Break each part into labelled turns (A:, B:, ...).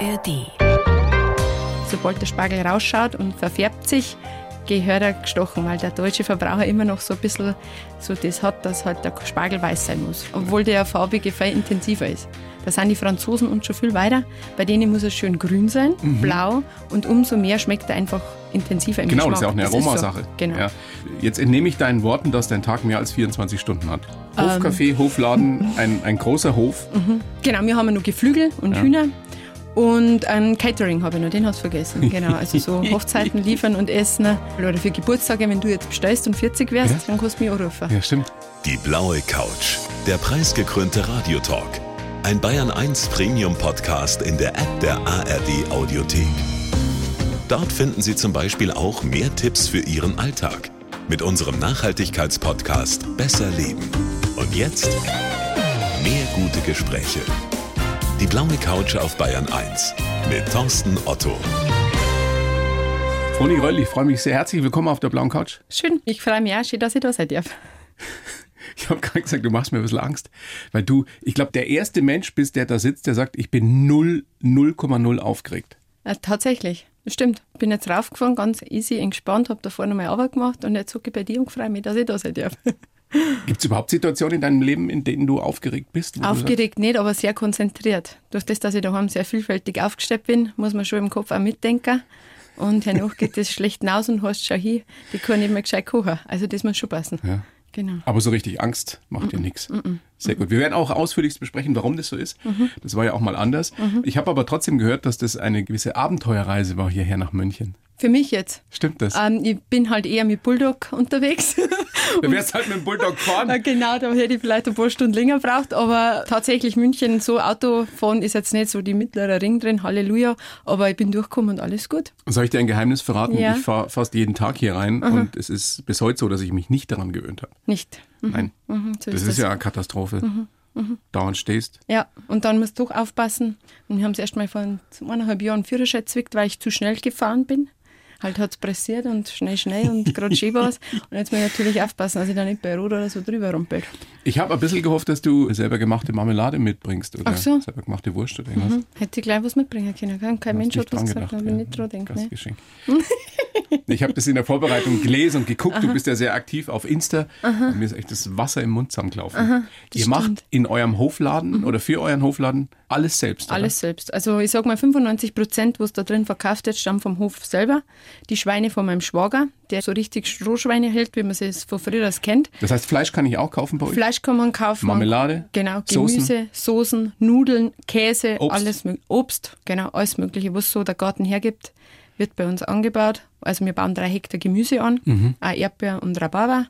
A: ARD.
B: Sobald der Spargel rausschaut und verfärbt sich, gehört er gestochen, weil der deutsche Verbraucher immer noch so ein bisschen so das hat, dass halt der Spargel weiß sein muss. Obwohl der farbige viel intensiver ist. Da sind die Franzosen uns schon viel weiter. Bei denen muss er schön grün sein,
C: Mhm.
B: blau und umso mehr schmeckt er einfach intensiver im
C: Genau, das ist ja auch
B: Geschmack.
C: eine Aromasache.
B: So. Genau.
C: Ja. Jetzt entnehme ich deinen Worten, dass dein Tag mehr als 24 Stunden hat. Hofcafé, Hofladen, ein, ein großer Hof.
B: Genau, wir haben noch Geflügel und Hühner. Und ein Catering habe ich noch, den hast du vergessen. Genau, also so Hochzeiten liefern und essen. Oder für Geburtstage, wenn du jetzt bestellst und 40 wärst,
C: Ja.
B: dann kannst du mich anrufen.
C: Ja, stimmt.
D: Die blaue Couch. Der preisgekrönte Radiotalk. Ein Bayern 1 Premium Podcast in der App der ARD Audiothek. Dort finden Sie zum Beispiel auch mehr Tipps für Ihren Alltag mit unserem Nachhaltigkeitspodcast Besser Leben. Und jetzt mehr gute Gespräche. Die blaue Couch auf Bayern 1 mit Thorsten Otto.
C: Froni Röll, ich freue mich sehr herzlich. Willkommen auf der blauen Couch.
B: Schön, ich freue mich auch, schön, dass ich da sein darf.
C: Ich habe gerade gesagt, du machst mir ein bisschen Angst, weil du, ich glaube, der erste Mensch bist, der da sitzt, der sagt, ich bin null, 0,0 aufgeregt.
B: Ja, Äh, tatsächlich, das stimmt. Bin jetzt raufgefahren, ganz easy, entspannt, habe davor nochmal Arbeit gemacht und jetzt sitze ich bei dir und freue mich, dass ich da sein darf.
C: Gibt es überhaupt Situationen in deinem Leben, in denen du aufgeregt bist? wo du sagst,
B: Aufgeregt nicht, aber sehr konzentriert. Durch das, dass ich daheim sehr vielfältig aufgestellt bin, muss man schon im Kopf auch mitdenken. Und hernach geht das schlecht hinaus und hast schon hin, die kann nicht mehr gescheit kochen. Also das muss schon passen.
C: Ja.
B: Genau.
C: Aber so richtig Angst macht dir nichts. Sehr gut. Wir werden auch ausführlichst besprechen, warum das so ist.
B: Mhm.
C: Das war ja auch mal anders. Ich habe aber trotzdem gehört, dass das eine gewisse Abenteuerreise war hierher nach München.
B: Für mich jetzt.
C: Stimmt das?
B: Ähm, ich bin halt eher mit Bulldog unterwegs.
C: Du wärst halt mit dem Bulldog
B: Na
C: gefahren.
B: genau, da hätte ich vielleicht ein paar Stunden länger braucht, aber tatsächlich München, so Autofahren ist jetzt nicht so die mittlere Ring drin, Halleluja, aber ich bin durchgekommen und alles gut.
C: Soll ich dir ein Geheimnis verraten?
B: Ja. Mhm.
C: Ich fahre fast jeden Tag hier rein und es ist bis heute so, dass ich mich nicht daran gewöhnt habe.
B: Nicht.
C: Nein.
B: Mhm. so
C: das
B: ist
C: ist,
B: das. Mhm.
C: ja eine Katastrophe. Dauernd stehst.
B: Ja, und dann musst du doch aufpassen. Und wir haben es erst mal vor eineinhalb Jahren Führerschein zwickt, weil ich zu schnell gefahren bin. Halt hat es pressiert und schnell, schnell und gerade schön war's. Und jetzt muss ich natürlich aufpassen, dass ich da nicht bei Rot oder so drüber rumpelt.
C: Ich habe ein bisschen gehofft, dass du selber gemachte Marmelade mitbringst oder
B: Ach so. Mhm.
C: selber gemachte Wurst oder irgendwas.
B: Hätte ich gleich was mitbringen können. gell? Kein Mensch hat was gesagt, wenn ich nicht dran denke. Ne?
C: Gastgeschenk. Ich habe das in der Vorbereitung gelesen und geguckt. Du bist ja sehr aktiv auf Insta. Und Mir ist echt das Wasser im Mund zusammengelaufen. Ihr
B: das
C: macht
B: stimmt. Mhm.
C: in eurem Hofladen oder für euren Hofladen alles selbst.
B: Alles selbst. Also ich sag mal, 95 Prozent, was da drin verkauft wird, stammt vom Hof selber. Die Schweine von meinem Schwager, der so richtig Strohschweine hält, wie man es von früher das kennt.
C: Oder? Das heißt, Fleisch kann ich auch kaufen bei euch.
B: Fleisch kann man kaufen.
C: Marmelade,
B: Genau,
C: Soßen.
B: Gemüse, Soßen, Nudeln, Käse,
C: Obst.
B: alles mögliche. Obst, genau, alles Mögliche, was so der Garten hergibt, wird bei uns angebaut. Also wir bauen drei Hektar Gemüse an,
C: Mhm.
B: auch Erdbeer und Rhabarber.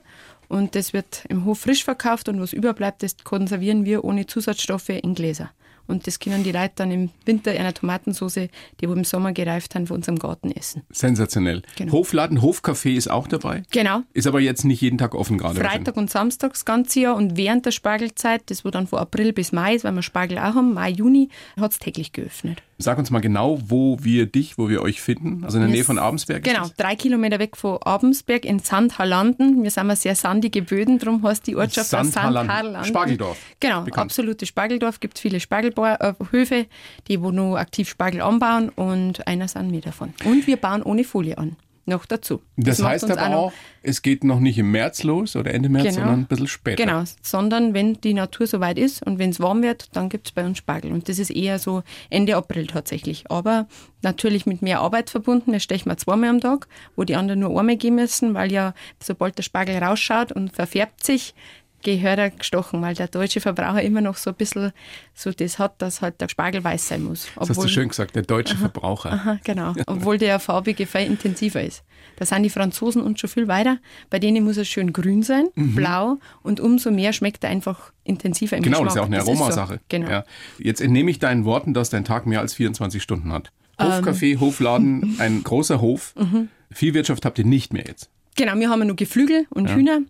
B: Und das wird im Hof frisch verkauft und was überbleibt, das konservieren wir ohne Zusatzstoffe in Gläser. Und das können die Leute dann im Winter in einer Tomatensauce, die wo im Sommer gereift haben, von unserem Garten essen.
C: Sensationell.
B: Genau.
C: Hofladen, Hofcafé ist auch dabei.
B: Genau.
C: Ist aber jetzt nicht jeden Tag offen gerade.
B: Freitag und Samstag das ganze Jahr und während der Spargelzeit, das wo dann von April bis Mai ist, weil wir Spargel auch haben, Mai, Juni, hat es täglich geöffnet.
C: Sag uns mal genau, wo wir dich, wo wir euch finden. Also in der Nähe von Abensberg.
B: Genau,
C: Ist das?
B: drei Kilometer weg von Abensberg in Sandharlanden. Wir sind mal sehr sandige Böden, darum heißt die Ortschaft auch
C: Sandharlanden.
B: Sandharlanden.
C: Spargeldorf.
B: Genau,
C: Bekannt.
B: absolute Spargeldorf. Gibt viele Spargelhöfe, die wo nur aktiv Spargel anbauen und einer sind wir davon. Und wir bauen ohne Folie an. Noch dazu.
C: Das,
B: macht
C: heißt
B: uns
C: aber
B: noch-
C: auch, es geht noch nicht im März los oder Ende März,
B: Genau.
C: sondern ein bisschen später.
B: Genau, sondern wenn die Natur soweit ist und wenn es warm wird, dann gibt es bei uns Spargel. Und das ist eher so Ende April tatsächlich. Aber natürlich mit mehr Arbeit verbunden. Da stechen wir zweimal am Tag, wo die anderen nur einmal gehen müssen, weil ja, sobald der Spargel rausschaut und verfärbt sich, gehört er gestochen, weil der deutsche Verbraucher immer noch so ein bisschen so das hat, dass halt der Spargel weiß sein muss.
C: Das hast du schön gesagt, der deutsche Verbraucher.
B: Aha, genau. Obwohl der farbige viel intensiver ist. Da sind die Franzosen uns schon viel weiter. Bei denen muss er schön grün sein,
C: Mhm.
B: blau und umso mehr schmeckt er einfach intensiver im
C: Genau,
B: Geschmack.
C: das ist ja auch eine
B: so.
C: Aromasache.
B: Genau.
C: Ja. Jetzt entnehme ich deinen Worten, dass dein Tag mehr als 24 Stunden hat.
B: Ähm.
C: Hofcafé, Hofladen, ein großer Hof.
B: Mhm.
C: Viehwirtschaft habt ihr nicht mehr jetzt.
B: genau, wir haben ja noch Geflügel und Hühner.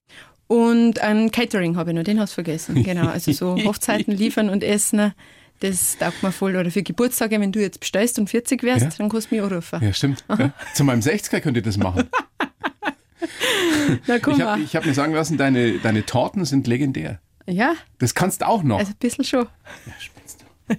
B: Und ähm, Catering habe ich noch, den hast du vergessen. Genau, also so Hochzeiten liefern und essen, das taugt mir voll. Oder für Geburtstage, wenn du jetzt bestellst und 40 wärst,
C: Ja.
B: dann kannst du mich anrufen.
C: Ja, stimmt. Ja. Zu meinem 60er könnt ihr das machen.
B: Na, guck
C: Ich
B: mal.
C: habe ich hab mir sagen lassen, deine, deine Torten sind legendär.
B: Ja,
C: Das kannst auch noch.
B: also ein bisschen schon.
C: Ja, spinnst du.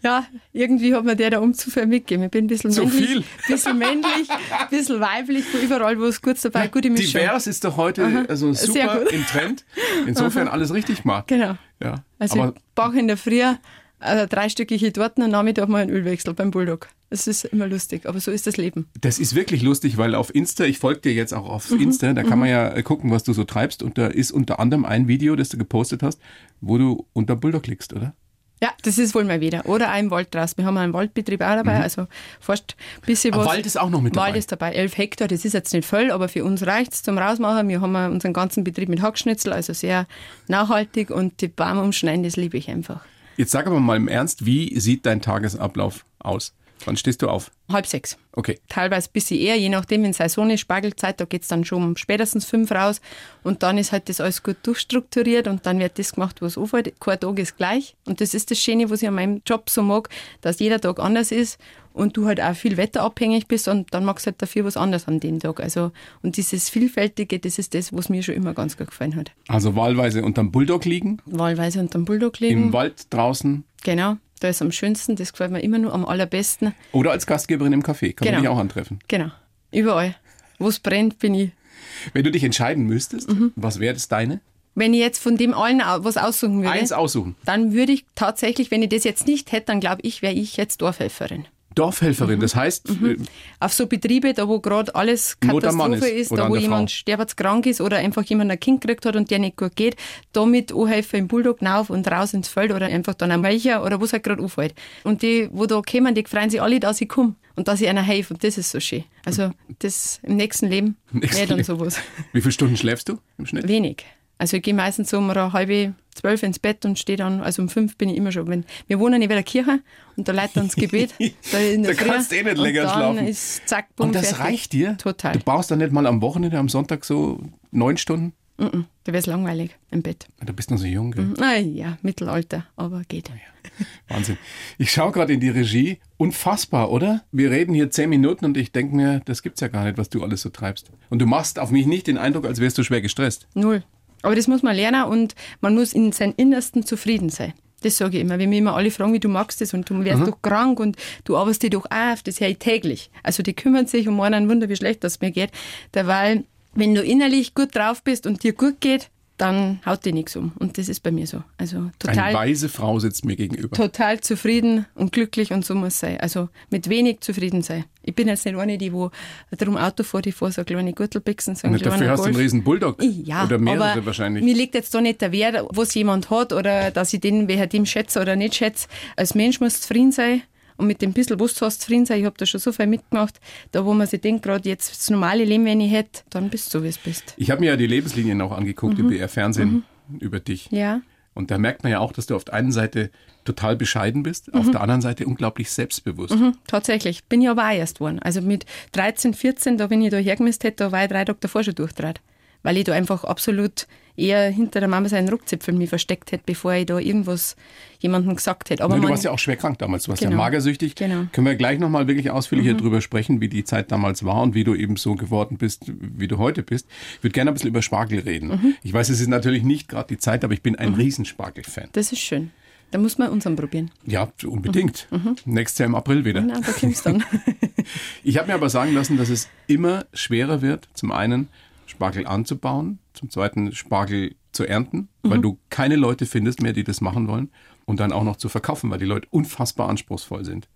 B: ja, irgendwie hat mir der der Umzug viel mitgegeben. Ich bin ein bisschen
C: Zu
B: männlich,
C: viel.
B: bisschen männlich, ein bisschen weiblich, überall, wo es kurz dabei, gute Mischung.
C: Divers ist doch heute also
B: Sehr
C: super
B: gut.
C: im Trend. Insofern alles richtig gemacht.
B: Genau.
C: Ja.
B: Also
C: Aber
B: ich brauche in der Früh äh, dreistöckige Torten und nachmittag mal einen Ölwechsel beim Bulldog. Es ist immer lustig, aber so ist das Leben.
C: das ist wirklich lustig, weil auf Insta, ich folge dir jetzt auch auf Insta, da kann man ja äh, gucken, was du so treibst. Und da ist unter anderem ein Video, das du gepostet hast, wo du unter Bulldog liegst, oder?
B: Ja, das ist wohl mal wieder. Oder auch im Wald draußen. Wir haben einen Waldbetrieb auch dabei, also forscht ein bisschen
C: Ah,
B: was.
C: Mhm. Wald ist auch noch mit
B: Wald
C: dabei.
B: ist dabei. Elf Hektar, das ist jetzt nicht voll, aber für uns reicht es zum Rausmachen. Wir haben ja unseren ganzen Betrieb mit Hackschnitzel, also sehr nachhaltig und die Bäume umschneiden, das liebe ich einfach.
C: Jetzt sag aber mal im Ernst, wie sieht dein Tagesablauf aus? Wann stehst du auf?
B: Halb sechs.
C: Okay.
B: teilweise ein bisschen eher, je nachdem, wenn Saison ist, Spargelzeit, da geht es dann schon um spätestens fünf raus und dann ist halt das alles gut durchstrukturiert und dann wird das gemacht, was anfällt. Kein Tag ist gleich und das ist das Schöne, was ich an meinem Job so mag, dass jeder Tag anders ist und du halt auch viel wetterabhängig bist und dann magst du halt dafür was anderes an dem Tag. Also und dieses Vielfältige, das ist das, was mir schon immer ganz gut gefallen hat.
C: Also wahlweise unterm Bulldog liegen,
B: Wahlweise unterm Bulldog liegen,
C: im Wald draußen
B: genau, da ist am schönsten, das gefällt mir immer nur am allerbesten.
C: oder als Gastgeberin im Café. Kann
B: Genau.
C: man dich auch antreffen.
B: Genau, überall. Wo es brennt, bin ich.
C: Wenn du dich entscheiden müsstest, was wäre das deine?
B: Wenn ich jetzt von dem allen au- was aussuchen würde,
C: Eins aussuchen.
B: dann würde ich tatsächlich, wenn ich das jetzt nicht hätte, dann glaube ich, wäre ich jetzt Dorfhelferin.
C: Dorfhelferin, das heißt, äh,
B: Auf so Betriebe, da wo gerade alles
C: Not am Mann
B: Katastrophe
C: ist
B: ist,
C: oder an
B: da wo
C: der
B: jemand
C: Frau.
B: sterbenskrank ist oder einfach jemand ein Kind gekriegt hat und der nicht gut geht, damit anhelfen im Bulldog rauf und raus ins Feld oder einfach dann am Welcher oder wo es halt gerade anfällt. Und die, wo da kommen, die freuen sich alle, dass ich komme und dass ich einer helfe und das ist so schön. Also das im nächsten Leben
C: nächsten
B: wäre dann
C: Leben.
B: sowas.
C: wie viele Stunden schläfst du im Schnitt?
B: Wenig. Also ich gehe meistens so um eine halbe zwölf ins Bett und stehe dann, also um fünf bin ich immer schon. Wenn, wir wohnen in der Kirche und da leitet uns Gebet. Da, in der
C: Da kannst du eh nicht
B: und
C: länger
B: dann
C: schlafen.
B: Ist zack, bumm,
C: Und das
B: fertig.
C: reicht dir?
B: Total.
C: Du brauchst dann nicht mal am Wochenende, am Sonntag so neun Stunden?
B: Mhm. Da wäre es langweilig im Bett.
C: Du bist noch so jung,
B: Mhm.
C: gell?
B: Naja, Mittelalter, aber geht.
C: Wahnsinn. Ich schaue gerade in die Regie. Unfassbar, oder? Wir reden hier zehn Minuten und ich denke mir, das gibt's ja gar nicht, was du alles so treibst. Und du machst auf mich nicht den Eindruck, als wärst du schwer gestresst.
B: Null. Aber das muss man lernen und man muss in seinem Innersten zufrieden sein. Das sage ich immer, wenn mich immer alle fragen, wie du magst das und du wärst
C: Mhm.
B: doch krank und du arbeitest dich doch auf, das höre ich täglich. Also die kümmern sich um einen Wunder, wie schlecht das mir geht. Derweil, wenn du innerlich gut drauf bist und dir gut geht, dann haut dir nichts um. Und das ist bei mir so. Also
C: Eine
B: total,
C: weise Frau sitzt mir gegenüber.
B: total zufrieden und glücklich und so muss es sein. Also mit wenig zufrieden sein. Ich bin jetzt nicht eine, die wo drum Auto fährt, ich fahre so kleine Gürtelbixen, so ein
C: Und dafür
B: kleiner
C: hast du einen
B: Golf.
C: riesen Bulldog.
B: Ja,
C: Oder mehrere
B: aber
C: wahrscheinlich.
B: Mir liegt jetzt da nicht der Wert, was jemand hat oder dass ich den, wer dem schätze oder nicht schätze. Als Mensch muss zufrieden sein und mit dem bisschen, was du hast, zufrieden sein. Ich habe da schon so viel mitgemacht, da wo man sich denkt, gerade jetzt das normale Leben, wenn ich hätte, dann bist du, wie es bist.
C: Ich habe mir ja die Lebenslinien auch angeguckt im BR-Fernsehen über dich.
B: Mhm. Ja,
C: Und da merkt man ja auch, dass du auf der einen Seite total bescheiden bist,
B: Mhm.
C: auf der anderen Seite unglaublich selbstbewusst.
B: hm, tatsächlich. Bin ich aber auch erst geworden. Also mit 13, 14, da, wenn ich da hergemisst hätte, da war ich drei Tage davor schon durchtrat. Weil ich da einfach absolut eher hinter der Mama seinen Ruckzipfel mich versteckt hätte, bevor ich da irgendwas jemandem gesagt hätte. Aber
C: Nein, Ne, du
B: man-
C: warst ja auch schwer krank damals. Du warst ja
B: Genau.
C: magersüchtig.
B: Genau. Mhm.
C: Können wir gleich nochmal wirklich ausführlicher drüber sprechen, wie die Zeit damals war und wie du eben so geworden bist, wie du heute bist. Ich würde gerne ein bisschen über Spargel reden.
B: Mhm.
C: Ich weiß, es ist natürlich nicht gerade die Zeit, aber ich bin ein Riesenspargel-Fan.
B: das ist schön. Da muss man unseren probieren.
C: Ja, unbedingt.
B: Mhm.
C: Nächstes Jahr im April wieder.
B: Na, da kommst du dann.
C: Ich habe mir aber sagen lassen, dass es immer schwerer wird, zum einen Spargel anzubauen, zum zweiten Spargel zu ernten,
B: Mhm.
C: weil du keine Leute findest mehr, die das machen wollen und dann auch noch zu verkaufen, weil die Leute unfassbar anspruchsvoll sind.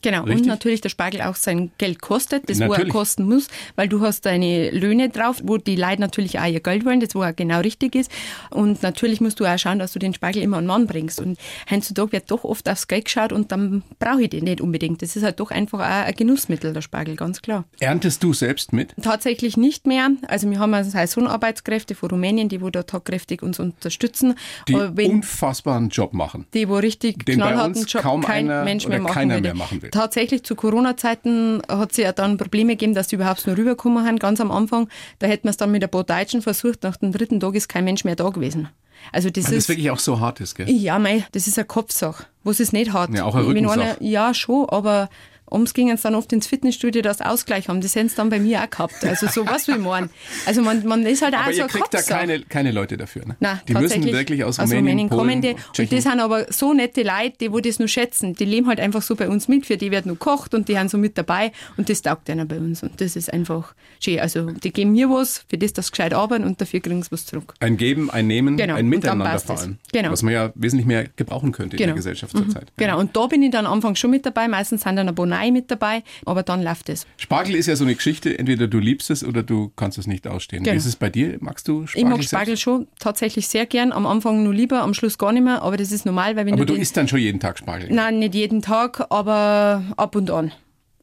B: Genau,
C: Richtig?
B: und natürlich der Spargel auch sein Geld kostet, das wo er
C: Natürlich.
B: kosten muss, weil du hast deine Löhne drauf, wo die Leute natürlich auch ihr Geld wollen, das wo auch genau richtig ist. Und natürlich musst du auch schauen, dass du den Spargel immer an den Mann bringst. Und heutzutage wird doch oft aufs Geld geschaut und dann brauche ich den nicht unbedingt. Das ist halt doch einfach auch ein Genussmittel, der Spargel, ganz klar.
C: Erntest du selbst mit?
B: Tatsächlich nicht mehr. Also wir haben also Saisonarbeitskräfte von Rumänien, die wo da tagkräftig uns unterstützen.
C: Die
B: Aber wenn
C: unfassbaren Job machen.
B: die wo richtig
C: Den bei
B: knallharten
C: uns
B: Job
C: kaum
B: kein
C: einer
B: Mensch
C: oder
B: mehr machen,
C: keiner
B: würde.
C: mehr machen will.
B: Tatsächlich zu Corona-Zeiten hat es ja dann Probleme gegeben, dass die überhaupt nur rübergekommen haben. Ganz am Anfang, da hätten wir es dann mit ein paar Deutschen versucht. Nach dem dritten Tag ist kein Mensch mehr da gewesen. Also das
C: Weil das
B: ist
C: wirklich auch so hart ist, gell?
B: ja, mei, das ist eine Kopfsache, wo es nicht hat.
C: Ja, auch eine
B: Wenn
C: Rückensache.
B: ja, schon, aber Abends gingen sie dann oft ins Fitnessstudio, dass sie Ausgleich haben. Das hätten sie dann bei mir auch gehabt. Also sowas wie morgen. Also man, man ist halt auch
C: Aber
B: so
C: ihr
B: ein
C: kriegt da
B: Kopfsack.
C: keine, keine Leute dafür. Ne?
B: Nein,
C: die müssen
B: tatsächlich
C: wirklich aus Rumänien, Polen,
B: kommen. Die, und die
C: Tschechien.
B: sind aber so nette Leute, die wo das nur schätzen. Die leben halt einfach so bei uns mit, für die wird nur gekocht und die haben so mit dabei und das taugt einer bei uns. Und das ist einfach schön. Also die geben mir was, für das, dass sie gescheit arbeiten und dafür kriegen sie was zurück.
C: Ein Geben, ein Nehmen,
B: Genau,
C: ein
B: und dann
C: Miteinander
B: passt
C: vor
B: es.
C: allem.
B: Genau.
C: Was man ja wesentlich mehr gebrauchen könnte in
B: Genau.
C: der Gesellschaft zurzeit.
B: Genau, und da bin ich dann am Anfang schon mit dabei. Meistens sind dann ein Bonai mit dabei, aber dann läuft es.
C: Spargel ist ja so eine Geschichte, entweder du liebst es oder du kannst es nicht ausstehen.
B: Genau.
C: Wie ist es bei dir? Magst du Spargel?
B: Ich mag
C: selbst?
B: Spargel schon tatsächlich sehr gern. Am Anfang nur lieber, am Schluss gar nicht mehr, aber das ist normal, weil wenn
C: Aber du
B: den-
C: isst dann schon jeden Tag Spargel.
B: Nein, nicht jeden Tag, aber ab und an.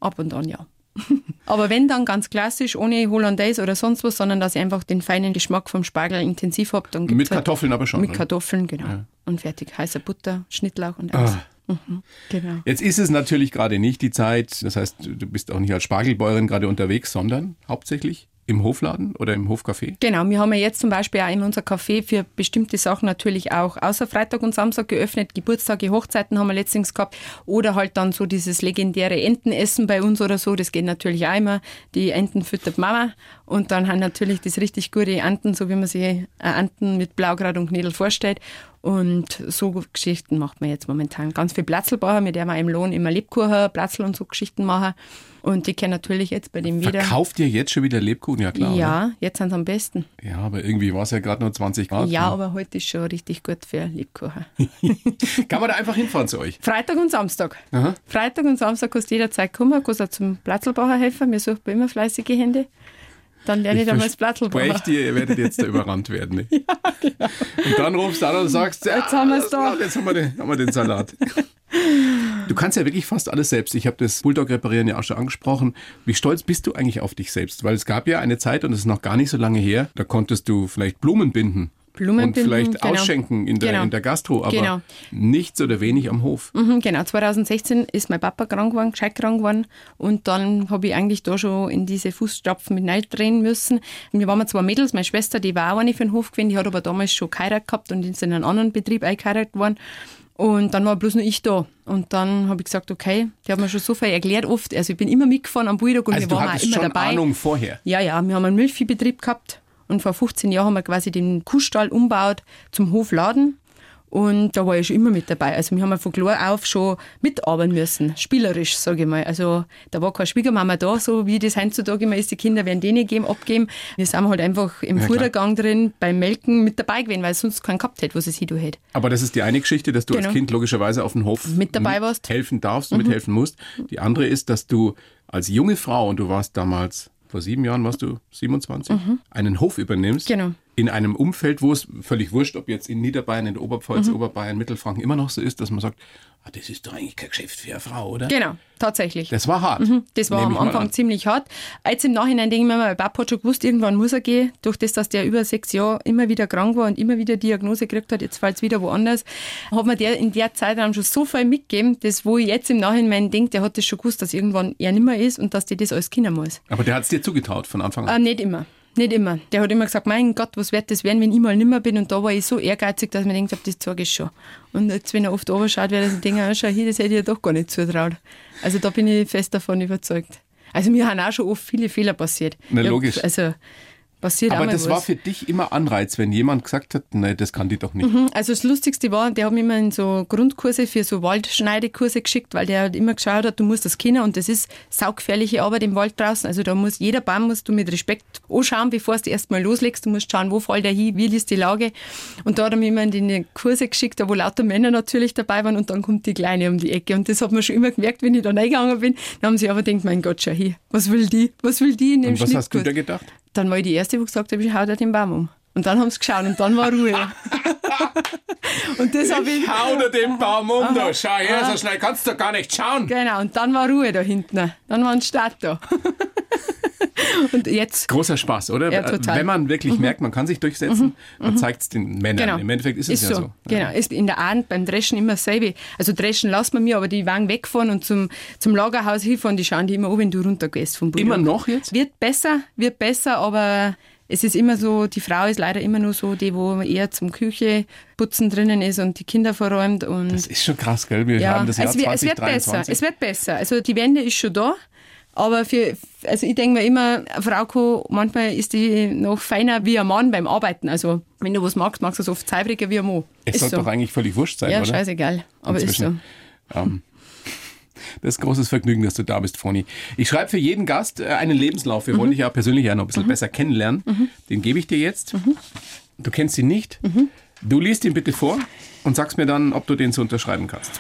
B: Ab und an, ja. aber wenn dann ganz klassisch, ohne Hollandaise oder sonst was, sondern dass ich einfach den feinen Geschmack vom Spargel intensiv habe, dann gibt's
C: Mit
B: halt
C: Kartoffeln aber schon.
B: Mit
C: ne?
B: Kartoffeln, genau. Und fertig. Heißer Butter, Schnittlauch
C: Ah.
B: und alles. Mhm, genau.
C: Jetzt ist es natürlich gerade nicht die Zeit, das heißt, du bist auch nicht als Spargelbäuerin gerade unterwegs, sondern hauptsächlich im Hofladen oder im Hofcafé.
B: Genau, wir haben ja jetzt zum Beispiel auch immer unser Café für bestimmte Sachen natürlich auch außer Freitag und Samstag geöffnet. Geburtstage, Hochzeiten haben wir letztens gehabt. Oder halt dann so dieses legendäre Entenessen bei uns oder so. Das geht natürlich auch immer. Die Enten füttert Mama. Und dann haben natürlich das richtig gute Enten, so wie man sich äh, Enten mit Blaugrad und Knädel vorstellt. Und so Geschichten macht man jetzt momentan. Ganz viel Platzelbauer, mit der wir im Lohn immer Lebkuchen, Platzl und so Geschichten machen. Und die können natürlich jetzt bei dem wieder.
C: Verkauft ihr jetzt schon wieder Lebkuchen? Ja, klar. oder?
B: Ja, jetzt sind sie am besten.
C: ja aber irgendwie war es ja gerade nur 20 Grad.
B: Ja,
C: ne?
B: aber heute ist schon richtig gut für Lebkuchen.
C: Kann man da einfach hinfahren zu euch?
B: Freitag und Samstag.
C: Aha.
B: Freitag und Samstag kannst du jederzeit kommen, kannst auch zum Platzelbauer helfen. Mir sucht immer fleißige Hände. Dann lerne ich, dann mal das Platzelbauer.
C: verspreche dir, ihr werdet jetzt da überrannt werden. Ne? Und dann rufst du an und sagst, ja,
B: Jetzt haben wir's doch.
C: Salat, Jetzt haben wir, den, haben wir den Salat. Du kannst ja wirklich fast alles selbst. Ich habe das Bulldog-Reparieren ja auch schon angesprochen. Wie stolz bist du eigentlich auf dich selbst? Weil es gab ja eine Zeit, und das ist noch gar nicht so lange her, da konntest du vielleicht Blumen binden.
B: Blumen
C: und
B: binden,
C: vielleicht
B: genau.
C: ausschenken in der,
B: Genau.
C: in der Gastro, aber
B: Genau.
C: nichts oder wenig am Hof.
B: Mhm, genau, 2016 ist mein Papa krank geworden, gescheit krank geworden. Und dann habe ich eigentlich da schon in diese Fußstapfen mit rein drehen müssen. Wir waren zwei Mädels, meine Schwester, die war auch eine für den Hof gewesen, die hat aber damals schon geheiratet gehabt und ist in einen anderen Betrieb eingeheiratet worden. Und dann war bloß nur ich da. Und dann habe ich gesagt, okay, die haben mir schon so viel erklärt oft. Also ich bin immer mitgefahren am Bulldog und
C: Also
B: wir
C: du
B: waren auch
C: hattest
B: immer
C: schon
B: dabei.
C: Ahnung vorher.
B: Ja, ja, wir haben einen Milchviehbetrieb gehabt und vor 15 Jahren haben wir quasi den Kuhstall umbaut zum Hofladen. Und da war ich schon immer mit dabei. Also wir haben ja von klar auf schon mitarbeiten müssen, spielerisch, sage ich mal. Also da war keine Schwiegermama da, so wie das heutzutage immer ist, die Kinder werden denen geben, abgeben. Wir sind halt einfach im
C: Ja, klar.
B: Futtergang drin, beim Melken mit dabei gewesen, weil es sonst keinen gehabt hätte, was es hier hätte.
C: Aber das ist die eine Geschichte, dass du als
B: Genau.
C: Kind logischerweise auf dem Hof
B: Mit dabei warst. Mhm.
C: helfen darfst, mithelfen musst. Die andere ist, dass du als junge Frau, und du warst damals, vor sieben Jahren warst du 27, einen Hof übernimmst.
B: Mhm. Genau.
C: In einem Umfeld, wo es völlig wurscht, ob jetzt in Niederbayern, in der Oberpfalz,
B: Mhm.
C: Oberbayern, Mittelfranken immer noch so ist, dass man sagt, ah, das ist doch eigentlich kein Geschäft für eine Frau, oder?
B: Genau, tatsächlich.
C: Das war hart.
B: Das war
C: Nehm
B: am
C: ich mal
B: Anfang
C: an.
B: ziemlich hart. Jetzt im Nachhinein denke ich mir, mal, mein Papa hat schon gewusst, irgendwann muss er gehen. Durch das, dass der über sechs Jahre immer wieder krank war und immer wieder Diagnose gekriegt hat, jetzt fällt es wieder woanders, hat mir der in der Zeit dann schon so viel mitgegeben, dass wo ich jetzt im Nachhinein denke, der hat das schon gewusst, dass irgendwann er nicht mehr ist und dass die das alles können muss.
C: Aber der hat es dir zugetraut von Anfang
B: Äh,
C: an.
B: nicht immer. Nicht immer. Der hat immer gesagt, mein Gott, was wird das werden, wenn ich mal nimmer bin? Und da war ich so ehrgeizig, dass ich mir denkt habe, das zeige ich schon. Und jetzt, wenn er oft runterschaut, wird er sich denken, ah, schau hier, das hätte ich ja doch gar nicht zutraut. Also da bin ich fest davon überzeugt. Also mir haben auch schon oft viele Fehler passiert.
C: Na,
B: Ich hab-
C: logisch.
B: Also passiert auch
C: Aber
B: mal
C: das
B: was.
C: war für dich immer Anreiz, wenn jemand gesagt hat, nein, das kann die doch nicht.
B: Mhm, Also das Lustigste war, der hat mich immer in so Grundkurse für so Waldschneidekurse geschickt, weil der halt immer geschaut hat, du musst das kennen und das ist saugefährliche Arbeit im Wald draußen. Also da muss jeder Baum musst du mit Respekt anschauen, bevor du erstmal loslegst. Du musst schauen, wo fällt er hin, wie ist die Lage. Und da hat er mich immer in die Kurse geschickt, da wo lauter Männer natürlich dabei waren und dann kommt die Kleine um die Ecke. Und das hat man schon immer gemerkt, wenn ich da reingegangen bin. Dann haben sie aber gedacht, mein Gott, schau hier, was will die? Was will die in dem
C: Und was hast du da
B: Schnittkurs?
C: gedacht?
B: Dann war ich die Erste, die gesagt hat, ich hau dir den Baum um. Und dann haben sie geschaut und dann war Ruhe. und das habe ich.
C: Hau dir den Baum um, da. schau her,
B: Aha.
C: so schnell kannst du gar nicht schauen.
B: Genau, und dann war Ruhe da hinten. Dann war ein Start da. und jetzt,
C: Großer Spaß, oder? Äh,
B: Ja, total. Mhm.
C: Wenn man wirklich merkt, man kann sich durchsetzen, man zeigt es den Männern.
B: genau.
C: Im Endeffekt ist es ja so.
B: Genau, ist in der Abend beim Dreschen immer dasselbe. Also Dreschen lassen wir mir, aber die waren wegfahren und zum, zum Lagerhaus hinfahren, die schauen die immer an, wenn du runtergehst vom Bulli.
C: Immer noch jetzt?
B: Wird besser, wird besser, aber es ist immer so, die Frau ist leider immer nur so die, wo eher zum Küche putzen drinnen ist und die Kinder verräumt und
C: Das ist schon krass, gell? Wir
B: ja,
C: haben das Jahr
B: es, wird, es wird besser,
C: 2023.
B: es wird besser. Also die Wende ist schon da, aber für, also ich denke mir immer, Frauko, manchmal ist die noch feiner wie ein Mann beim Arbeiten. Also wenn du was magst, magst du es oft zeibriger wie ein Mo.
C: es
B: ist
C: sollte
B: so.
C: doch eigentlich völlig wurscht sein,
B: ja,
C: oder?
B: scheißegal, aber
C: Inzwischen. Ähm, das ist großes Vergnügen, dass du da bist, Foni. Ich schreibe für jeden Gast äh, einen Lebenslauf.
B: Mhm.
C: Wir wollen dich ja persönlich ja noch ein bisschen besser kennenlernen. Den gebe ich dir jetzt.
B: Mhm.
C: Du kennst ihn nicht. Du liest ihn bitte vor und sagst mir dann, ob du den so unterschreiben kannst.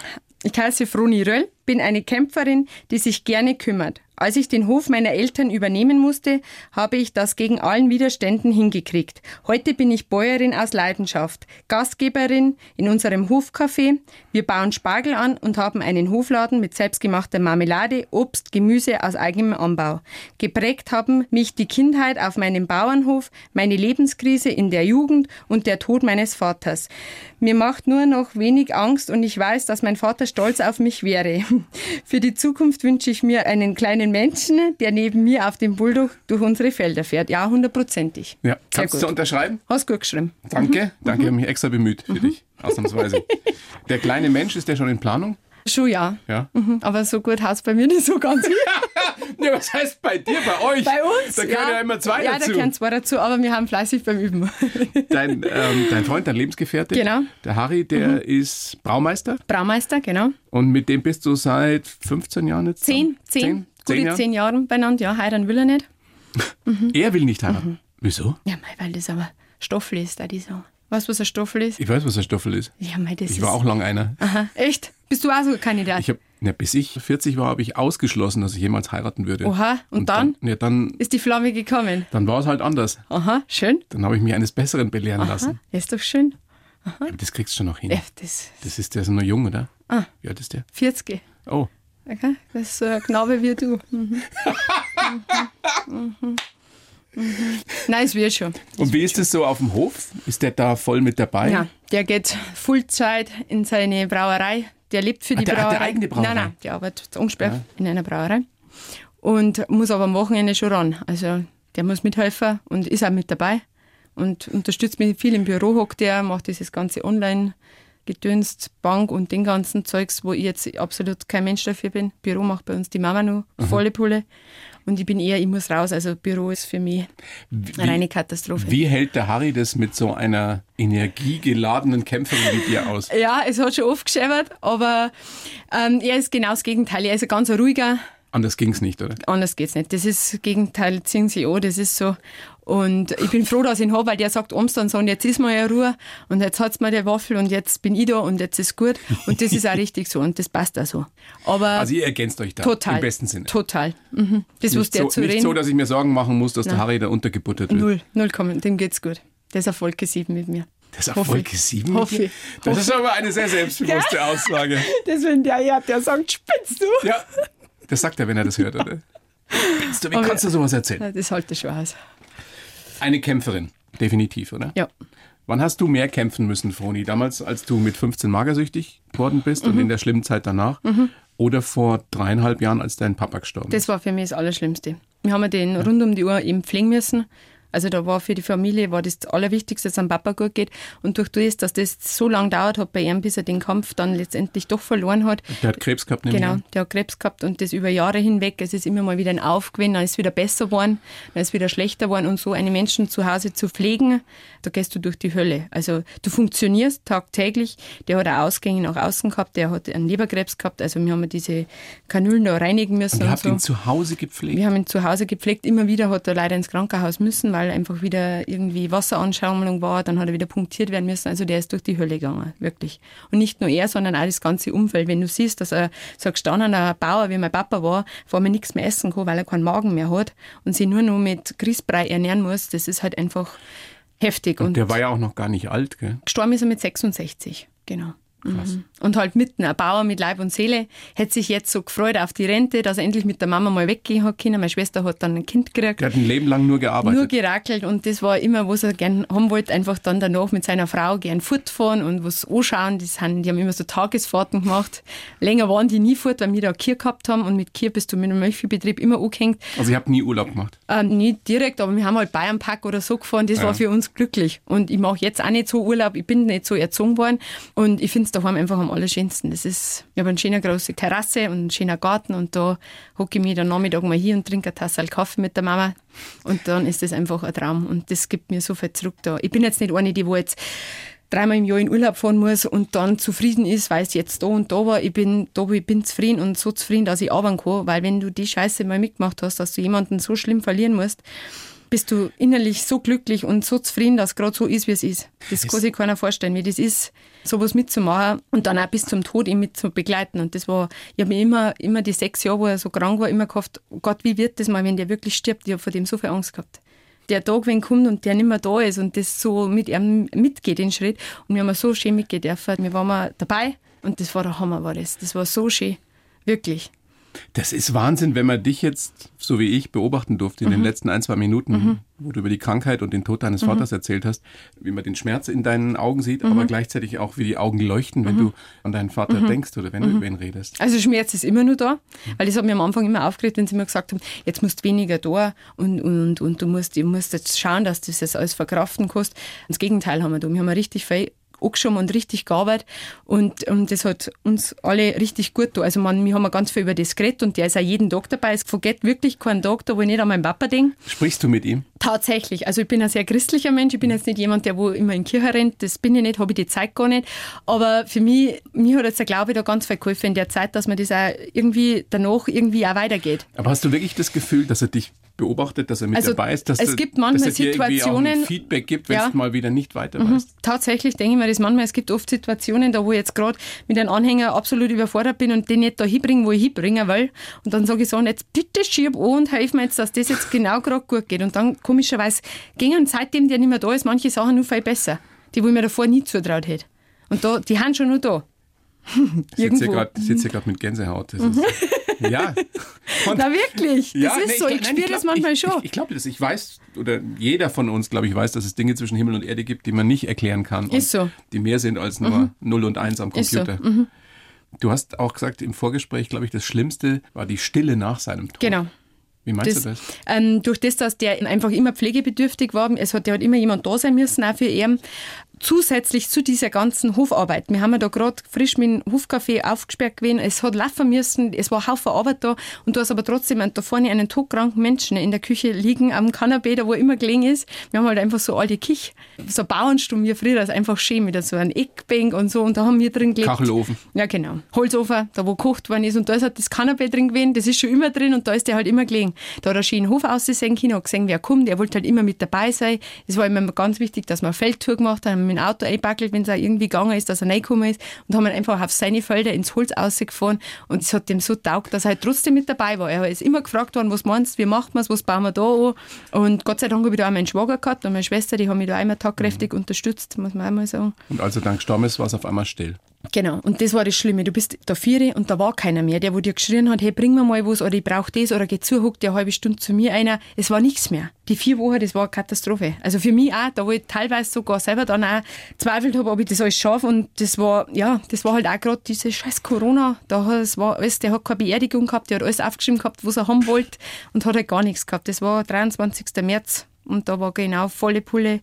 B: Ich heiße Froni Röll, bin eine Kämpferin, die sich gerne kümmert. Als ich den Hof meiner Eltern übernehmen musste, habe ich das gegen allen Widerständen hingekriegt. Heute bin ich Bäuerin aus Leidenschaft, Gastgeberin in unserem Hofcafé. Wir bauen Spargel an und haben einen Hofladen mit selbstgemachter Marmelade, Obst, Gemüse aus eigenem Anbau. Geprägt haben mich die Kindheit auf meinem Bauernhof, meine Lebenskrise in der Jugend und der Tod meines Vaters. Mir macht nur noch wenig Angst und ich weiß, dass mein Vater stolz auf mich wäre. Für die Zukunft wünsche ich mir einen kleinen Menschen, der neben mir auf dem Bulldog durch unsere Felder fährt. Ja, hundertprozentig.
C: Ja.
B: Sehr
C: Kannst du
B: gut. Mhm.
C: unterschreiben?
B: Hast gut geschrieben.
C: Danke. Danke, ich habe mich extra bemüht
B: Mhm.
C: für dich. Ausnahmsweise. Der kleine Mensch, ist der schon in Planung?
B: Schon ja.
C: Ja.
B: Mhm. Aber so gut haust bei mir nicht so ganz.
C: Ja, was heißt bei dir, bei euch?
B: Bei uns?
C: Da gehören ja, immer zwei
B: ja,
C: dazu.
B: da gehören zwei dazu, aber wir haben fleißig beim Üben.
C: dein, ähm, dein Freund, dein Lebensgefährte,
B: Genau.
C: der Harry, der ist Braumeister.
B: Braumeister, genau.
C: Und mit dem bist du seit 15 Jahren jetzt?
B: Zehn,
C: zusammen?
B: zehn,
C: Zehn,
B: gute
C: Jahre?
B: zehn Jahre beieinander. Ja, heiraten will er nicht.
C: Er will nicht heiraten.
B: Mhm.
C: Wieso?
B: Ja, mei, weil das aber Stoffel ist, da die so. Weißt du, was ein Stoffel ist?
C: Ich weiß, was ein Stoffel ist.
B: Ja, mei, das
C: Ich
B: ist. Ah.
C: war auch lang einer.
B: Aha, echt? Bist du auch so ein Kandidat?
C: Ich hab, na, bis ich 40 war, habe ich ausgeschlossen, dass ich jemals heiraten würde.
B: Oha, und dann?
C: Ja, dann,
B: ist die Flamme gekommen?
C: dann war es halt anders.
B: Aha, schön.
C: Dann habe ich mich eines Besseren belehren
B: Aha,
C: lassen.
B: ist doch schön.
C: Aber das kriegst du schon noch hin.
B: Ja, das
C: Das ist, der ist noch jung, oder? Ah. Wie alt ist der?
B: 40.
C: Oh.
B: Okay? Das ist so ein Knabe wie du. Mhm. mhm. Mhm. Mhm. Nein, es wird schon.
C: Und wie ist es so auf dem Hof? Ist der da voll mit dabei?
B: Ja, der geht Fullzeit in seine Brauerei. Der lebt für die
C: Ah, der hat
B: Brauerei.
C: eine eigene Brauerei?
B: Nein, nein, der arbeitet zu Ungsperr in einer Brauerei und muss aber am Wochenende schon ran. Also der muss mithelfen und ist auch mit dabei und unterstützt mich viel im Büro, hockt der, macht dieses ganze Online-Gedönst, Bank und den ganzen Zeugs, wo ich jetzt absolut kein Mensch dafür bin. Büro macht bei uns die Mama nur volle Pulle und ich bin eher, ich muss raus. Also Büro ist für mich
C: Wie-
B: eine reine Katastrophe.
C: Wie hält der Harry das mit so einer energiegeladenen Kämpferin wie dir aus?
B: Ja, es hat schon oft geschäbert, aber ähm, er ist genau das Gegenteil. Er ist ein ganz ruhiger,
C: Anders ging's nicht, oder?
B: anders geht's nicht. Das ist das Gegenteil, ziehen sie an, das ist so. Und ich bin froh, dass ich ihn habe, weil der sagt abends dann so, und jetzt ist mal ja Ruhe und jetzt hat's mir der Waffel und jetzt bin ich da und jetzt ist gut. Und das ist auch richtig so und das passt auch so. Aber
C: Also ihr ergänzt euch da
B: total.
C: im besten Sinne.
B: Total. Mhm. Das, was
C: Nicht,
B: der
C: so,
B: zu
C: nicht
B: reden.
C: so, dass ich mir Sorgen machen muss, dass der
B: Nein.
C: Harry da untergebuttert wird.
B: null, null kommen, dem geht's gut. Der ist Erfolg gesieben mit mir.
C: Das ist
B: Hoffe
C: Erfolg
B: ich.
C: 7.
B: Hoffe
C: Das
B: ich.
C: ist aber eine sehr selbstbewusste Aussage.
B: Das, wenn der ja, der sagt, spinnst du?
C: Ja, das sagt er, wenn er das hört, oder? Kannst du, wie
B: Aber-
C: kannst du sowas erzählen?
B: Ja, Das halte ich schon aus.
C: Eine Kämpferin, definitiv, oder?
B: Ja.
C: Wann hast du mehr kämpfen müssen, Froni? Damals, als du mit 15 magersüchtig geworden bist und
B: Mhm.
C: in der schlimmen Zeit danach? Oder vor dreieinhalb Jahren, als dein Papa gestorben ist?
B: Das war für mich das Allerschlimmste. Wir haben den rund um die Uhr eben pflegen müssen. Also da war für die Familie war das, das Allerwichtigste, dass es dem Papa gut geht. Und durch das, dass das so lange dauert hat bei ihm, bis er den Kampf dann letztendlich doch verloren hat.
C: Der hat Krebs gehabt, nämlich.
B: Genau, der hat Krebs gehabt und das über Jahre hinweg. Es ist immer mal wieder ein Aufgewinn, dann ist es wieder besser geworden, dann ist es wieder schlechter geworden. Und so einen Menschen zu Hause zu pflegen, da gehst du durch die Hölle. Also du funktionierst tagtäglich. Der hat auch Ausgänge nach außen gehabt, der hat einen Leberkrebs gehabt. Also wir haben diese Kanülen da reinigen müssen.
C: Und ihr
B: und
C: habt
B: so.
C: ihn zu Hause gepflegt.
B: Wir haben ihn zu Hause gepflegt. Immer wieder hat er leider ins Krankenhaus müssen, weil einfach wieder irgendwie Wasseranschaumelung war. Dann hat er wieder punktiert werden müssen. Also der ist durch die Hölle gegangen, wirklich. Und nicht nur er, sondern auch das ganze Umfeld. Wenn du siehst, dass er so ein gestandener Bauer wie mein Papa war, vor allem nichts mehr essen kann, weil er keinen Magen mehr hat und sich nur noch mit Grießbrei ernähren muss, das ist halt einfach heftig. Und,
C: Der war ja auch noch gar nicht alt, gell?
B: gestorben ist er mit 66, genau.
C: Krass.
B: Und halt mitten, ein Bauer mit Leib und Seele, hätte sich jetzt so gefreut auf die Rente, dass er endlich mit der Mama mal weggehen hat können. Meine Schwester hat dann ein Kind gekriegt.
C: Der hat ein Leben lang nur gearbeitet.
B: Nur gerakelt und das war immer, was er gern haben wollte, einfach dann danach mit seiner Frau gern fortfahren und was anschauen. Die, sind, die haben immer so Tagesfahrten gemacht. Länger waren die nie fort, weil wir da Kier gehabt haben und mit Kier bist du mit dem Milchviehbetrieb immer angehängt.
C: also ich habe nie Urlaub gemacht.
B: Ähm, nicht direkt, aber wir haben halt Bayernpack oder so gefahren, das
C: Ah Ja.
B: war für uns glücklich. Und ich mache jetzt auch nicht so Urlaub, ich bin nicht so erzogen worden und ich finde es daheim einfach am allerschönsten. Das ist, ich habe eine schöne große Terrasse und einen schönen Garten und da hocke ich mich dann Nachmittag mal hier und trinke eine Tasse Kaffee mit der Mama und dann ist das einfach ein Traum und das gibt mir so viel zurück da. Ich bin jetzt nicht eine, die wo jetzt dreimal im Jahr in Urlaub fahren muss und dann zufrieden ist, weil es jetzt da und da war. Ich bin, da, wo ich bin zufrieden und so zufrieden, dass ich arbeiten kann, weil wenn du die Scheiße mal mitgemacht hast, dass du jemanden so schlimm verlieren musst, bist du innerlich so glücklich und so zufrieden, dass gerade so ist, wie es ist. Das kann sich keiner vorstellen, wie das ist, sowas mitzumachen und dann auch bis zum Tod ihn mit zu begleiten. Und das war, ich habe mir immer, immer die sechs Jahre, wo er so krank war, immer gehofft, oh Gott, wie wird das mal, wenn der wirklich stirbt? Ich habe vor dem so viel Angst gehabt der Tag, wenn kommt und der nicht mehr da ist und das so mit ihm mitgeht, den Schritt. Und wir haben so schön mitgehen dürfen. Wir waren mal dabei und das war der Hammer, war das. Das war so schön. Wirklich.
C: Das ist Wahnsinn, wenn man dich jetzt, so wie ich, beobachten durfte in
B: Mhm.
C: den letzten ein, zwei Minuten, wo du über die Krankheit und den Tod deines Vaters erzählt hast, wie man den Schmerz in deinen Augen sieht,
B: Mhm.
C: aber gleichzeitig auch, wie die Augen leuchten, wenn du an deinen Vater denkst oder wenn du über ihn redest.
B: Also Schmerz ist immer nur da, weil das hat mir am Anfang immer aufgeregt, wenn sie mir gesagt haben, jetzt musst du weniger da und, und, und du musst, du musst jetzt schauen, dass du das jetzt alles verkraften kannst. Das Gegenteil haben wir da. Wir haben richtig viel angeschoben und richtig gearbeitet und, und das hat uns alle richtig gut getan. Also man, wir haben ganz viel über das geredet und der ist auch jeden Tag dabei. Es vergeht wirklich keinen Tag, da wo ich nicht an meinen Papa denke.
C: Sprichst du mit ihm?
B: Tatsächlich. Also ich bin ein sehr christlicher Mensch. Ich bin jetzt nicht jemand, der wo immer in die Kirche rennt. Das bin ich nicht, habe ich die Zeit gar nicht. Aber für mich, mir hat jetzt der Glaube da ganz viel geholfen in der Zeit, dass man das auch irgendwie danach irgendwie auch weitergeht.
C: Aber hast du wirklich das Gefühl, dass er dich beobachtet, dass er mit
B: Also,
C: dabei ist, dass,
B: es
C: er-
B: gibt manchmal
C: dass er dir irgendwie auch ein
B: Situationen-
C: Feedback gibt, wenn
B: Ja. Mhm.
C: es mal wieder nicht weiter weißt?
B: Tatsächlich denke ich mir das manchmal, es gibt oft Situationen, da wo ich jetzt gerade mit einem Anhänger absolut überfordert bin und den nicht da hinbringen, wo ich hinbringen will. Und dann sage ich so, und jetzt bitte schieb an und helf mir jetzt, dass das jetzt genau gerade gut geht. Und dann komischerweise gingen seitdem der nicht mehr da ist, manche Sachen nur viel besser, die wo ich mir davor nie zutraut hätte. Und da, die haben schon nur da.
C: Ich sitze hier
B: Irgendwo. Mhm.
C: grad- ich sitze hier gerade mit Gänsehaut. Das ist, ja. Und-
B: Na wirklich, das
C: Ja,
B: ist
C: nee,
B: so.
C: glaub-
B: Ich,
C: nein,
B: spüre
C: glaub-
B: das manchmal
C: ich,
B: schon.
C: Ich, ich glaube das. Ich weiß, oder jeder von uns, glaube ich, weiß, dass es Dinge zwischen Himmel und Erde gibt, die man nicht erklären kann.
B: Ist
C: und
B: so. Mhm.
C: Die mehr sind als nur 0 und 1 am
B: Ist so, Mhm.
C: Computer. Du hast auch gesagt im Vorgespräch, glaube ich, das Schlimmste war die Stille nach seinem Tod.
B: genau.
C: Wie meinst du das?
B: Ähm, durch das, dass der einfach immer pflegebedürftig war, es hat ja halt immer jemand da sein müssen, auch für ihn. Zusätzlich zu dieser ganzen Hofarbeit. Wir haben ja da gerade frisch mit dem Hofcafé aufgesperrt gewesen. Es hat laufen müssen, es war ein Haufen Arbeit da. Und du hast aber trotzdem einen- da vorne einen todkranken Menschen in der Küche liegen, am Kanapee, da wo er immer gelegen ist. Wir haben halt einfach so alte Kich, so Bauernstuben wie früher, das ist einfach schön, wieder so ein Eckbank und so. Und da haben wir drin gelebt.
C: Kachelofen.
B: Ja, genau. Holzofen, da wo gekocht worden ist. Und da ist halt das Kanapee drin gewesen, das ist schon immer drin und da ist der halt immer gelegen. Da hat er schön den Hof ausgesehen können, hat gesehen, wer kommt. Er wollte halt immer mit dabei sein. Es war immer ganz wichtig, dass wir eine Feldtour gemacht haben, mit dem Auto eingebackelt, wenn es auch irgendwie gegangen ist, dass er reingekommen ist. Und haben ihn einfach auf seine Felder ins Holz rausgefahren. Und es hat dem so taugt, dass er halt trotzdem mit dabei war. Er ist immer gefragt worden, was meinst du, wie macht man es, was bauen wir da an? Und Gott sei Dank habe ich da auch meinen Schwager gehabt und meine Schwester, die haben mich da auch immer tagkräftig unterstützt, muss man auch mal sagen.
C: Und als er dann gestorben ist, war es auf einmal still.
B: Genau, und das war das Schlimme. Du bist da Viere und da war keiner mehr, der wo dir geschrien hat, hey, bring mir mal was oder ich brauche das oder geh zu, hockt dir eine halbe Stunde zu mir einer. Es war nichts mehr. Die vier Wochen, das war eine Katastrophe. Also für mich auch, da wo ich teilweise sogar selber dann auch zweifelt habe, ob ich das alles schaffe und das war, ja, das war halt auch gerade diese scheiß Corona. Da hat- es war alles, der hat keine Beerdigung gehabt, der hat alles aufgeschrieben gehabt, was er haben wollte und hat halt gar nichts gehabt. Das war 23. März und da war genau volle Pulle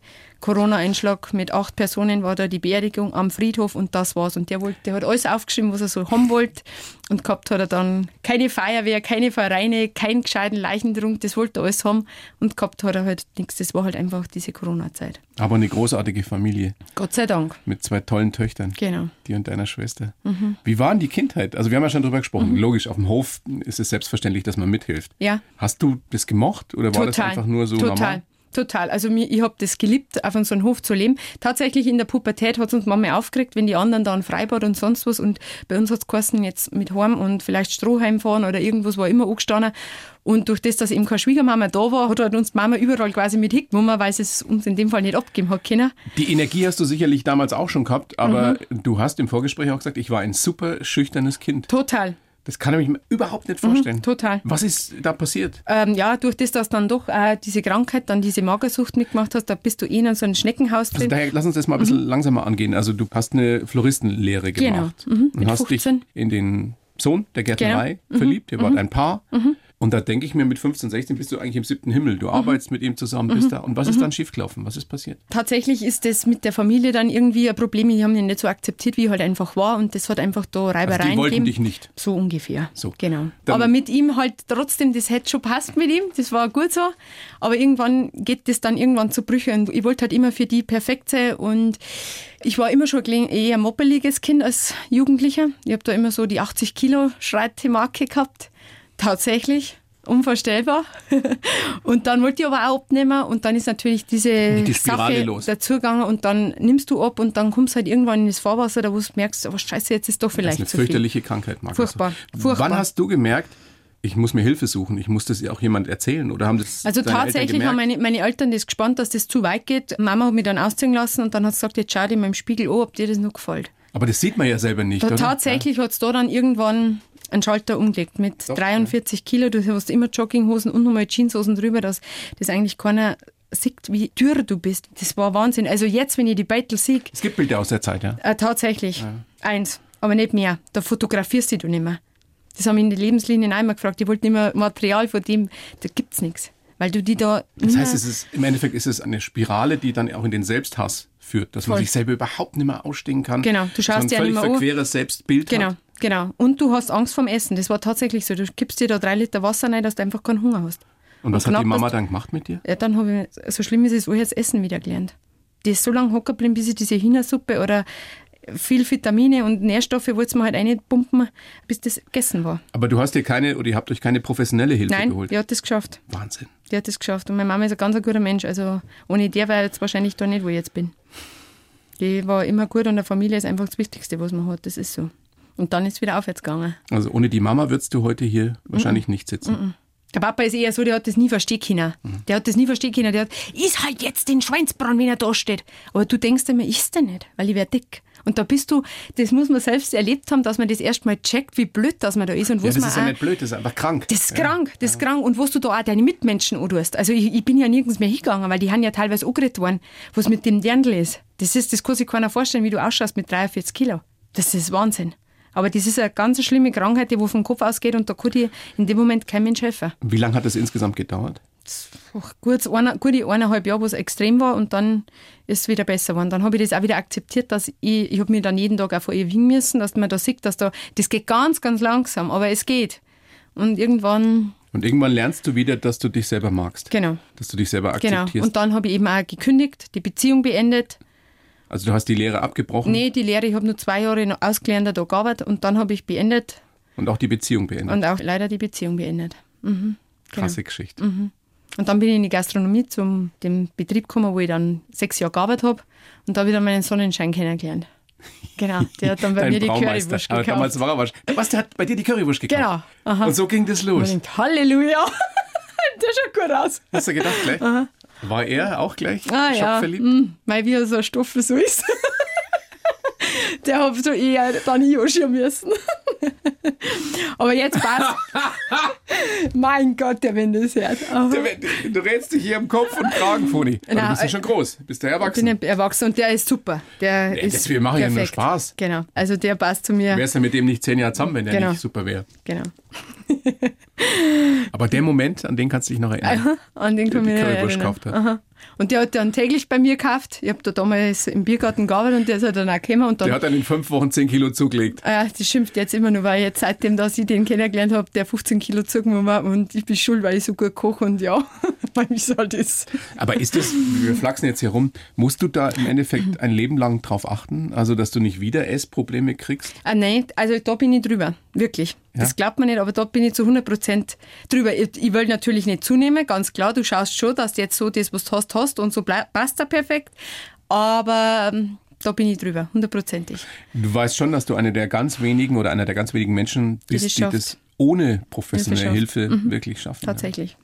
B: Corona-Einschlag. Mit acht Personen war da die Beerdigung am Friedhof und das war's. Und der, wollte, der hat alles aufgeschrieben, was er so haben wollte. Und gehabt hat er dann keine Feuerwehr, keine Vereine, keinen gescheiten Leichentrunk. Das wollte er alles haben. Und gehabt hat er halt nichts. Das war halt einfach diese Corona-Zeit.
C: Aber eine großartige Familie
B: Gott sei Dank.
C: mit zwei tollen Töchtern.
B: Genau. Mhm.
C: Die und deiner Schwester. Wie war denn die Kindheit? Also wir haben ja schon drüber gesprochen. Logisch, auf dem Hof ist es selbstverständlich, dass man mithilft.
B: Ja.
C: Hast du das gemocht oder war das einfach nur so
B: total.
C: normal?
B: Total. Also mir, ich habe das geliebt, auf so einem Hof zu leben. Tatsächlich in der Pubertät hat uns Mama aufgeregt, wenn die anderen da ein Freibad und sonst was und bei uns hat es geheißen, jetzt mit Heim und vielleicht Strohheim fahren oder irgendwas war immer angestanden. Und durch das, dass eben keine Schwiegermama da war, hat halt uns die Mama überall quasi mit hingenommen, weil sie es uns in dem Fall nicht abgeben hat können.
C: Die Energie hast du sicherlich damals auch schon gehabt, aber
B: Mhm.
C: du hast im Vorgespräch auch gesagt, ich war ein super schüchternes Kind.
B: Total.
C: Das kann ich mir überhaupt nicht vorstellen.
B: Mhm. total.
C: Was ist da passiert?
B: Ähm, ja, durch das, dass dann doch äh, diese Krankheit, dann diese Magersucht mitgemacht hast, da bist du eh in so einem Schneckenhaus
C: Also
B: drin.
C: daher, lass uns das mal ein bisschen langsamer angehen. Also du hast eine Floristenlehre
B: Mhm. Genau.
C: gemacht
B: Mhm.
C: und
B: Mit Genau. Mhm.
C: hast
B: 15.
C: dich in den Sohn der Gärtnerei verliebt. Ihr wart ein Paar.
B: Mhm.
C: Und da denke ich mir, mit 15, 16 bist du eigentlich im siebten Himmel. Du arbeitest mit ihm zusammen,
B: Mhm.
C: bist da. Und was ist dann schiefgelaufen? Was ist passiert?
B: tatsächlich ist das mit der Familie dann irgendwie ein Problem. Die haben ihn nicht so akzeptiert, wie ich halt einfach war. Und das hat einfach da Reibereien
C: Also die wollten
B: gegeben.
C: dich nicht.
B: So ungefähr.
C: So.
B: Genau.
C: Dann-
B: Aber mit ihm halt trotzdem, das hätte schon passt mit ihm. Das war gut so. Aber irgendwann geht das dann irgendwann zu Brüche. Und ich wollte halt immer für die perfekt sein. Und ich war immer schon ein klein- eher moppeliges Kind als Jugendlicher. Ich habe da immer so die 80 Kilo Schreitmarke gehabt. Tatsächlich. Unvorstellbar. und dann wollte ich aber auch abnehmen und dann ist natürlich diese
C: Die Spirale
B: Sache
C: los.
B: dazugegangen und dann nimmst du ab und dann kommst halt irgendwann in das Fahrwasser, da wo du merkst, aber scheiße, jetzt ist doch
C: Das ist
B: vielleicht
C: eine
B: zu viel.
C: fürchterliche Krankheit, Markus.
B: Furchtbar, furchtbar.
C: Wann hast du gemerkt, ich muss mir Hilfe suchen, ich muss das auch jemand erzählen? Oder haben das
B: Also
C: deine Eltern
B: tatsächlich
C: gemerkt?
B: haben meine, meine Eltern das gespannt, dass das zu weit geht. Mama hat mich dann ausziehen lassen und dann hat sie gesagt, jetzt schau dir mal im Spiegel an, ob dir das noch gefällt.
C: Aber das sieht man ja selber nicht,
B: Da,
C: oder?
B: tatsächlich hat's da dann irgendwann einen Schalter umgelegt mit
C: Doch,
B: 43 Kilo. Du hast immer Jogginghosen und nochmal Jeanshosen drüber, dass das eigentlich keiner sieht, wie dürr du bist. Das war Wahnsinn. Also jetzt, wenn ich die Battle sieg,
C: Es gibt Bilder aus der Zeit, ja.
B: äh, tatsächlich eins, aber nicht mehr. Da fotografierst du dich nicht mehr. Das haben mich in die Lebenslinien einmal gefragt. Die wollten immer Material von dem. Da gibt's nichts. Weil du die da.
C: Das heißt, es ist, im Endeffekt ist es eine Spirale, die dann auch in den Selbsthass führt, dass man
B: Voll.
C: sich selber überhaupt nicht mehr ausstehen kann.
B: Genau, du schaust dir
C: so
B: ja
C: ein völlig
B: nicht mehr an.
C: verqueres Selbstbild
B: Genau,
C: hat.
B: genau. Und du hast Angst vom Essen. Das war tatsächlich so. Du gibst dir da drei Liter Wasser rein, dass du einfach keinen Hunger hast.
C: Und was hat die
B: knapp
C: Mama
B: hast-
C: dann gemacht mit dir?
B: Ja, dann habe ich, so schlimm ist es, auch jetzt Essen wieder gelernt. Die ist so lange hocker geblieben, bis ich diese Hühnersuppe oder viel Vitamine und Nährstoffe wollte es mir halt reinpumpen, bis das gegessen war.
C: Aber du hast dir keine, oder ihr habt euch keine professionelle Hilfe
B: Nein,
C: geholt.
B: die hat das geschafft.
C: Wahnsinn.
B: Die hat das geschafft. Und meine Mama ist ein ganz ein guter Mensch. Also ohne der wäre ich jetzt wahrscheinlich da nicht, wo ich jetzt bin. Die war immer gut und eine Familie ist einfach das Wichtigste, was man hat. Das ist so. Und dann ist es wieder aufwärts gegangen.
C: Also ohne die Mama würdest du heute hier wahrscheinlich nicht sitzen.
B: Der Papa ist eher so, der hat das nie verstehen können.
C: Mhm.
B: Der hat das nie verstehen können. Der hat, ist halt jetzt den Schweinsbraun, wenn er da steht. Aber du denkst immer, ist der nicht, weil ich wär dick. Und da bist du, das muss man selbst erlebt haben, dass man das erstmal checkt, wie blöd dass man da ist und
C: Ja,
B: was
C: das
B: man
C: ist ja
B: auch-
C: nicht blöd, das ist einfach krank.
B: Das ist krank, das ist krank. Und was du da auch deine Mitmenschen anrufst. Also ich, ich bin ja nirgends mehr hingegangen, weil die haben ja teilweise angeredet worden, was mit dem Dirndl ist. Das ist, das kann sich keiner vorstellen, wie du ausschaust mit 43 Kilo. Das ist Wahnsinn. Aber das ist eine ganz schlimme Krankheit, die wo vom Kopf ausgeht und da kann dir in dem Moment kein Mensch helfen.
C: Wie lange hat das insgesamt gedauert?
B: Ach, Gut, eine, gute eineinhalb Jahre, wo es extrem war und dann ist es wieder besser geworden. Dann habe ich das auch wieder akzeptiert, dass ich, ich habe mir dann jeden Tag auch vor ihr wiegen müssen, dass man da sieht, dass da, das geht ganz, ganz langsam, aber es geht. Und irgendwann,
C: Und irgendwann lernst du wieder, dass du dich selber magst.
B: genau.
C: Dass du dich selber
B: Genau.
C: akzeptierst.
B: Und dann habe ich eben auch gekündigt, die Beziehung beendet.
C: also du hast die Lehre abgebrochen
B: Nee, die Lehre, ich habe nur zwei Jahre noch ausgelernter Tag gearbeitet und dann habe ich beendet
C: und auch die Beziehung beendet.
B: und genau. auch leider die Beziehung beendet.
C: Krasse Geschichte.
B: Und dann bin ich in die Gastronomie zum dem Betrieb gekommen, wo ich dann sechs Jahre gearbeitet habe und da habe ich dann meinen Sonnenschein kennengelernt. Genau, der hat dann bei mir die
C: Braumeister.
B: Currywurst
C: Aber
B: gekauft.
C: damals war er wahrscheinlich. Der Basti hat bei dir die Currywurst gekauft.
B: Genau. Aha.
C: Und so ging das
B: Man
C: los.
B: denkt, Halleluja, der schaut gut aus.
C: Hast du gedacht gleich? War er auch gleich
B: Ah ja,
C: schockverliebt?
B: mm, weil wie er so ein Stoffel so ist. Der hab so eher dann ich anschauen müssen. Aber jetzt passt. mein Gott, der wenn das hört. Aha.
C: Du, du rätst dich hier im Kopf und Kragen, Foni. Aber
B: Na,
C: du bist ja
B: äh,
C: schon groß, bist ja
B: Ich bin
C: erwachsen.
B: ja erwachsen und der ist super. Der
C: Nee,
B: ist
C: das- wir machen ja nur
B: perfekt.
C: Spaß.
B: Genau. Also der passt zu mir.
C: Wärst ja mit dem nicht zehn Jahre zusammen, wenn der
B: Genau.
C: nicht super wäre.
B: Genau.
C: Aber der Moment, an den kannst du dich noch erinnern.
B: An den kann
C: die
B: ich mich noch
C: Currywurst
B: erinnern.
C: gekauft hat.
B: Aha. Und der hat dann täglich bei mir gekauft. Ich habe da damals im Biergarten gearbeitet und der ist halt dann auch gekommen und dann
C: Der hat dann in fünf Wochen zehn Kilo zugelegt.
B: Ah, die schimpft jetzt immer nur, weil jetzt seitdem, dass ich den kennengelernt habe, der 15 Kilo zugenommen hat und ich bin schuld, weil ich so gut koche und ja, weil mich so halt ist.
C: Aber ist das, wir flachsen jetzt hier rum, musst du da im Endeffekt ein Leben lang drauf achten? Also, dass du nicht wieder Essprobleme kriegst?
B: Ah, nein, also da bin ich drüber, wirklich. Das glaubt man nicht, aber dort bin ich zu 100 Prozent drüber. Ich, ich will natürlich nicht zunehmen, ganz klar. Du schaust schon, dass du jetzt so das, was du hast, hast und so blei- passt da perfekt. Aber ähm, da bin ich drüber, hundertprozentig.
C: Du weißt schon, dass du einer der ganz wenigen oder einer der ganz wenigen Menschen bist,
B: das
C: die
B: schafft.
C: das ohne professionelle
B: schafft. Mhm.
C: Hilfe wirklich schaffen. ja.
B: Tatsächlich.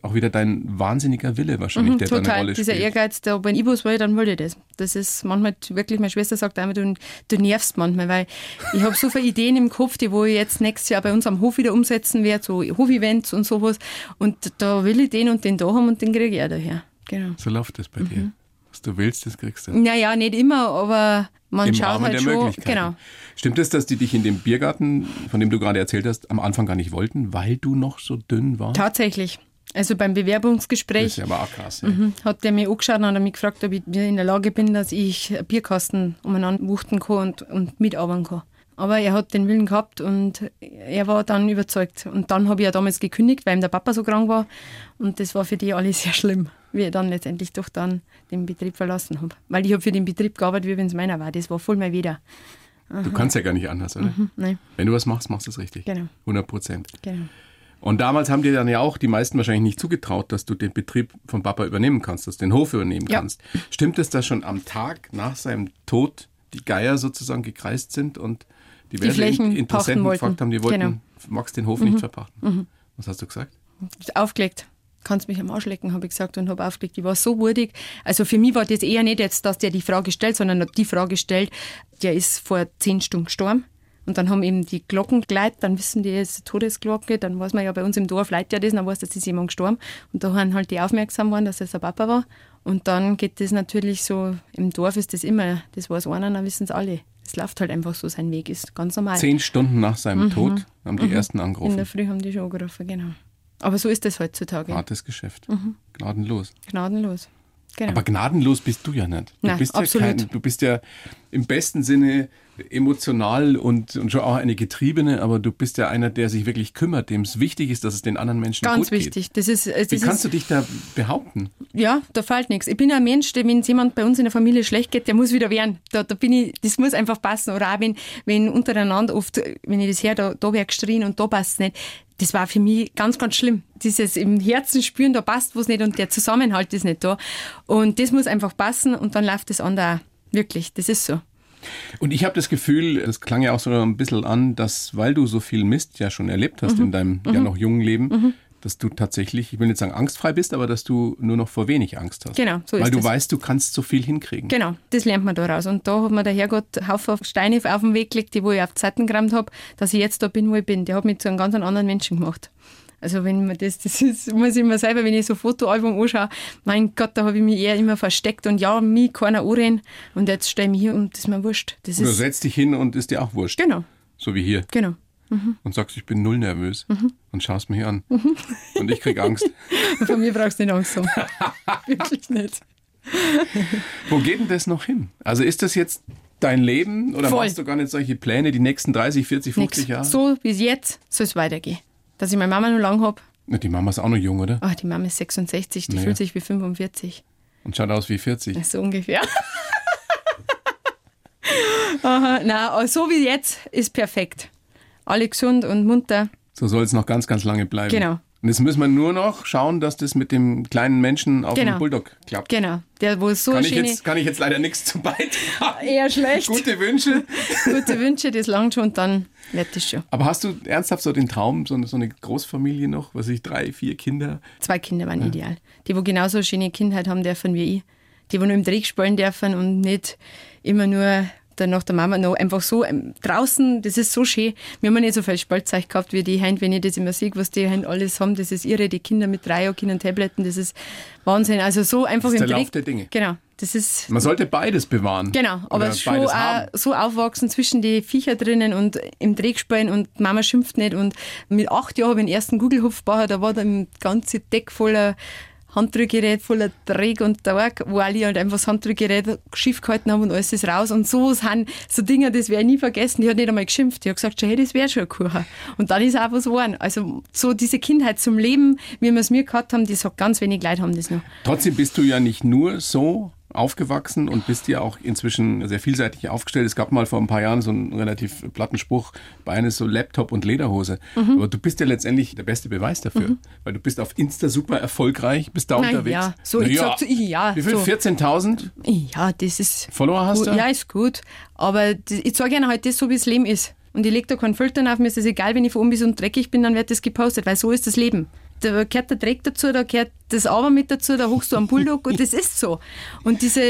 C: Auch wieder dein wahnsinniger Wille wahrscheinlich, der da eine
B: Mhm, Total,
C: Rolle
B: dieser
C: spielt.
B: Ehrgeiz, der, wenn ich was will, dann will ich das. Das ist manchmal wirklich, meine Schwester sagt einmal, du, du nervst manchmal, weil ich habe so viele Ideen im Kopf, die wo ich jetzt nächstes Jahr bei uns am Hof wieder umsetzen werde, so Hofevents und sowas. Und da will ich den und den da haben und den kriege ich auch daher. Genau.
C: So läuft das bei dir. Was du willst, das kriegst du.
B: Naja, nicht immer, aber man
C: Im
B: schaut
C: Rahmen
B: halt
C: der
B: schon.
C: Möglichkeiten.
B: Genau.
C: Stimmt es, dass die dich in dem Biergarten, von dem du gerade erzählt hast, am Anfang gar nicht wollten, weil du noch so dünn warst?
B: Tatsächlich. Also beim
C: das ist
B: Bewerbungsgespräch
C: ja aber auch krass. Ja.
B: Mhm. Hat der mir angeschaut und hat mich gefragt, ob ich mir in der Lage bin, dass ich einen Bierkasten umeinander wuchten kann und, und mitarbeiten kann. Aber er hat den Willen gehabt und er war dann überzeugt. Und dann habe ich ja damals gekündigt, weil ihm der Papa so krank war. Und das war für die alles sehr schlimm, wie ich dann letztendlich doch dann den Betrieb verlassen habe. Weil ich habe für den Betrieb gearbeitet, wie wenn es meiner war. Das war voll mein Wieder.
C: Du kannst ja gar nicht anders, oder?
B: Nein,
C: Wenn du was machst, machst du es richtig.
B: Mhm. Genau.
C: 100 Prozent.
B: genau.
C: Und damals haben dir dann ja auch die meisten wahrscheinlich nicht zugetraut, dass du den Betrieb von Papa übernehmen kannst, dass du den Hof übernehmen
B: Ja.
C: kannst. Stimmt es, dass schon am Tag nach seinem Tod die Geier sozusagen gekreist sind und diverse
B: Flächen
C: In-
B: pachten
C: Interessenten
B: wollten.
C: gefragt haben, die wollten,
B: Genau. Mhm.
C: magst den Hof nicht verpachten? Was hast du gesagt?
B: aufgelegt. Kannst mich am Arsch lecken, habe ich gesagt und habe aufgelegt. Ich war so wurdig. Also für mich war das eher nicht jetzt, dass der die Frage stellt, sondern hat die Frage stellt, der ist vor zehn Stunden gestorben. Und dann haben eben die Glocken geleitet, dann wissen die, es ist eine Todesglocke, dann weiß man ja, bei uns im Dorf leitet ja das, dann weiß, dass ist jemand gestorben. Und da haben halt die aufmerksam waren, dass es ein Papa war. Und dann geht das natürlich so, im Dorf ist das immer, das weiß einer, dann wissen es alle. Es läuft halt einfach so, sein Weg ist ganz normal.
C: Zehn Stunden nach seinem Tod haben die ersten angerufen.
B: Mhm. In der Früh haben die schon angerufen, genau. Aber so ist das heutzutage.
C: Hartes Geschäft.
B: Mhm.
C: Gnadenlos.
B: Gnadenlos. Genau.
C: Aber gnadenlos bist du ja nicht. Du,
B: Nein,
C: bist,
B: absolut.
C: Ja kein, du bist ja im besten Sinne emotional und, und schon auch eine Getriebene, aber du bist ja einer, der sich wirklich kümmert, dem es wichtig ist, dass es den anderen Menschen
B: Ganz
C: gut geht.
B: wichtig. Das ist, äh,
C: Wie
B: das ist
C: kannst du dich da behaupten?
B: ja, da fällt nichts. Ich bin ein Mensch, der, wenn es jemand bei uns in der Familie schlecht geht, der muss wieder wehren. Da, da bin ich, das muss einfach passen. Oder auch wenn, wenn untereinander oft, äh, wenn ich das her, da, da wär geschrien und da passt nicht. Das war für mich ganz, ganz schlimm. Dieses im Herzen spüren, da passt was nicht und der Zusammenhalt ist nicht da. Und das muss einfach passen und dann läuft das andere auch. Wirklich, das ist so.
C: Und ich habe das Gefühl, es klang ja auch so ein bisschen an, dass, weil du so viel Mist ja schon erlebt
B: Mhm.
C: hast in deinem ja noch jungen Leben, dass du tatsächlich, ich will nicht sagen angstfrei bist, aber dass du nur noch vor wenig Angst hast.
B: Genau, so
C: Weil
B: ist
C: du
B: es.
C: weißt, du kannst so viel hinkriegen.
B: Genau, das lernt man daraus. Und da hat mir der Herrgott einen Haufen Steine auf den Weg gelegt, die wo ich auf die Zeiten gerammt habe, dass ich jetzt da bin, wo ich bin. Der hat mich zu einem ganz anderen Menschen gemacht. Also wenn man das, das ist, muss ich immer selber, wenn ich so Fotoalbum anschaue, mein Gott, da habe ich mich eher immer versteckt und ja, mich keiner anrennen und jetzt stehe ich mich hier und das ist mir wurscht. Das
C: Oder
B: ist,
C: setzt dich hin und ist dir auch wurscht.
B: genau,
C: So wie hier.
B: genau.
C: und sagst, ich bin null nervös
B: Mhm.
C: und schaust mich an. Und ich krieg Angst.
B: Und von mir brauchst du nicht Angst haben. Wirklich nicht.
C: Wo geht denn das noch hin? Also ist das jetzt dein Leben oder
B: Voll.
C: machst du gar nicht solche Pläne die nächsten 30, 40, 50
B: Nix.
C: Jahre?
B: So bis jetzt soll es weitergehen. Dass ich meine Mama noch lang habe.
C: Na, die Mama ist auch noch jung, oder?
B: Ah, die Mama ist 66, die
C: Naja.
B: fühlt sich wie 45.
C: Und schaut aus wie 40.
B: So ungefähr. Aha, na, also so wie jetzt ist perfekt. Alle gesund und munter.
C: So soll es noch ganz, ganz lange bleiben.
B: Genau.
C: Und jetzt müssen wir nur noch schauen, dass das mit dem kleinen Menschen auf
B: Genau.
C: dem Bulldog klappt.
B: Genau. Der, wo so
C: Kann ich,
B: schöne,
C: jetzt, kann ich jetzt leider nichts zu beitragen.
B: eher schlecht,
C: Gute Wünsche.
B: gute Wünsche, das langt schon und dann wird das schon.
C: Aber hast du ernsthaft so den Traum, so eine, so eine Großfamilie noch, was weiß ich, drei, vier Kinder?
B: Zwei Kinder waren ideal. Die, wo genauso eine schöne Kindheit haben dürfen wie ich. Die, wo nur im Dreck spielen dürfen und nicht immer nur dann nach der Mama noch einfach so ähm, draußen, das ist so schön. Wir haben ja nicht so viel Spielzeug gehabt wie die Heim, wenn ich das immer sehe, was die Heim alles haben, das ist irre. Die Kinder mit drei Jahren Kindern Tabletten, das ist Wahnsinn. Also so einfach
C: Das ist
B: im
C: der
B: Dreck.
C: Lauf der Dinge.
B: Genau, das ist
C: Man sollte beides bewahren.
B: Genau,
C: Oder
B: aber schon
C: beides
B: auch
C: haben.
B: so aufwachsen zwischen die Viecher drinnen und im Dreck spielen und Mama schimpft nicht. Und mit acht Jahren habe ich den ersten Gugelhupf gebaut, da war dann das ganze Deck voller Handdrückgerät, voller Dreck und Tag, wo alle halt einfach das Handdrückgerät schief gehalten haben und alles ist raus. Und so sind so Dinge, das werde ich nie vergessen. Die hat nicht einmal geschimpft. Die hat gesagt, schon, hey, das wäre schon ein Kuchen. Und dann ist auch was geworden. Also so diese Kindheit zum Leben, wie wir es mir gehabt haben, das hat ganz wenig Leute haben das noch.
C: Trotzdem bist du ja nicht nur so aufgewachsen und bist ja auch inzwischen sehr vielseitig aufgestellt. Es gab mal vor ein paar Jahren so einen relativ platten Spruch bei eines so Laptop und Lederhose.
B: Mhm.
C: Aber du bist ja letztendlich der beste Beweis dafür, weil du bist auf Insta super erfolgreich, bist da
B: Na
C: unterwegs.
B: ja, so, ich sag zu- ja,
C: Wie viel?
B: so.
C: 14.000
B: Ja, das ist.
C: Follower hast
B: Gut,
C: du?
B: Ja, ist gut. Aber das, ich zeige ihnen halt das so, wie es Leben ist. Und ich lege da keinen Filter auf, mir ist es egal, wenn ich von oben bis unten dreckig bin, dann wird das gepostet, weil so ist das Leben. Da gehört der Dreck dazu, da gehört das Aber mit dazu, da hochst du am Bulldog und das ist so. Und diese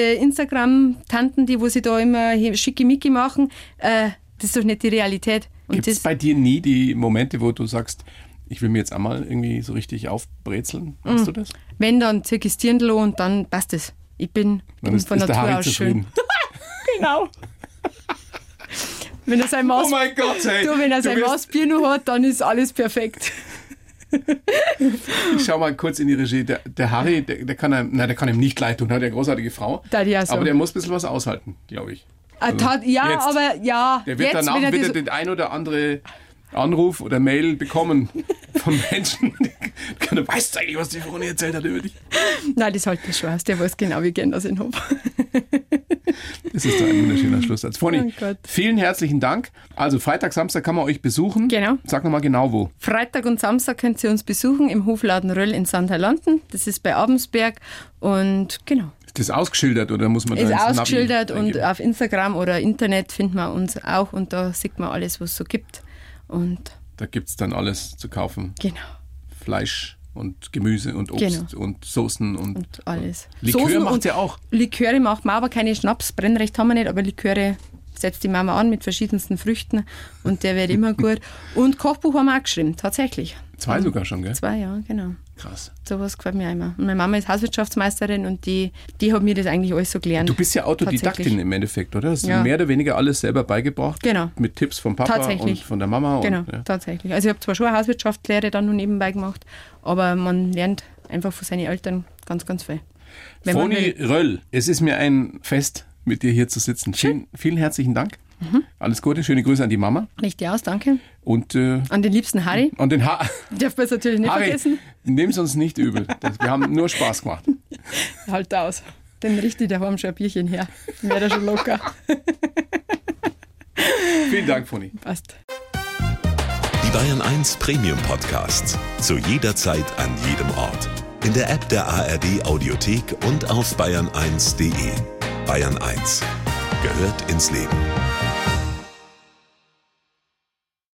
B: Instagram-Tanten, die wo sie da immer hier schickimicki machen, äh, das ist doch nicht die Realität. Und
C: Gibt es
B: das,
C: bei dir nie die Momente, wo du sagst, ich will mir jetzt einmal irgendwie so richtig aufbrezeln?
B: Mhm.
C: Hast du das?
B: wenn dann zirk ich Dirndl und dann passt es. Ich bin,
C: Dann
B: bin
C: ist,
B: von
C: ist der
B: Natur
C: Harry
B: aus schön.
C: zufrieden.
B: Genau. Wenn er sein Maß
C: Oh mein Gott, hey.
B: Du, wenn er
C: du
B: sein
C: wirst-
B: Maßbier nur hat, dann ist alles perfekt.
C: Ich schau mal kurz in die Regie. Der, der Harry, der, der, kann einem, nein, der kann ihm nicht leid tun, hat ja eine großartige Frau.
B: Da die auch so.
C: Aber der muss ein bisschen was aushalten, glaube ich.
B: Ah, tat- ja,
C: Also, jetzt.
B: aber ja,
C: Der wird
B: jetzt,
C: danach
B: wenn er
C: wieder
B: das,
C: den ein oder andere Anruf oder Mail bekommen von Menschen. Die können, weißt du eigentlich, was die Froni erzählt hat über dich?
B: Nein, das halt der schon aus, der weiß genau, wie gern das ihn habe.
C: Das ist doch ein wunderschöner Schlusssatz. Froni,
B: Oh Gott.
C: vielen herzlichen Dank. Also Freitag, Samstag kann man euch besuchen.
B: Genau.
C: Sag nochmal genau wo.
B: Freitag und Samstag könnt ihr uns besuchen im Hofladen Röll in Sandherlanden. Das ist bei Abensberg und genau.
C: Ist das ausgeschildert oder muss man da
B: Ist
C: ins Navi
B: ausgeschildert und
C: eingeben?
B: auf Instagram oder Internet findet man uns auch und da sieht man alles, was es so gibt. Und
C: Da gibt es dann alles zu kaufen.
B: genau.
C: Fleisch und Gemüse und Obst und Soßen und,
B: Und alles.
C: Likör
B: Soßen
C: macht
B: und-
C: ja auch.
B: Liköre macht man aber keine Schnaps, Brennrecht haben wir nicht, aber Liköre setzt die Mama an mit verschiedensten Früchten und der wird immer gut. Und Kochbuch haben wir auch geschrieben, tatsächlich.
C: Zwei sogar schon, gell?
B: Zwei Jahre, genau.
C: Krass.
B: Sowas gefällt mir auch immer. Und meine Mama ist Hauswirtschaftsmeisterin und die, die hat mir das eigentlich alles so gelernt.
C: Du bist ja Autodidaktin
B: Tatsächlich.
C: im Endeffekt, oder? Hast du
B: Ja.
C: mehr oder weniger alles selber beigebracht?
B: Genau.
C: Mit Tipps vom Papa und
B: Tatsächlich.
C: von der Mama?
B: Genau,
C: Und, ja.
B: tatsächlich. Also ich habe zwar schon eine Hauswirtschaftslehre dann nur nebenbei gemacht, aber man lernt einfach von seinen Eltern ganz, ganz viel. Wenn man
C: Froni
B: will.
C: Röll, es ist mir ein Fest, mit dir hier zu sitzen. Vielen, vielen herzlichen Dank.
B: Mhm.
C: Alles Gute, schöne Grüße an die Mama
B: Richtig aus, danke.
C: und äh,
B: An den liebsten Harry.
C: an den ha
B: Darf man es natürlich nicht
C: Harry.
B: vergessen.
C: Nimm's uns nicht übel. Das, wir haben nur Spaß gemacht.
B: Halt aus. Den richtig, der haben schon ein Bierchen her. Wäre da schon locker.
C: Vielen Dank, Froni.
B: Passt.
D: Die Bayern 1 Premium Podcasts. Zu jeder Zeit, an jedem Ort. In der App der ARD Audiothek und auf bayern1.de. Bayern 1 gehört ins Leben.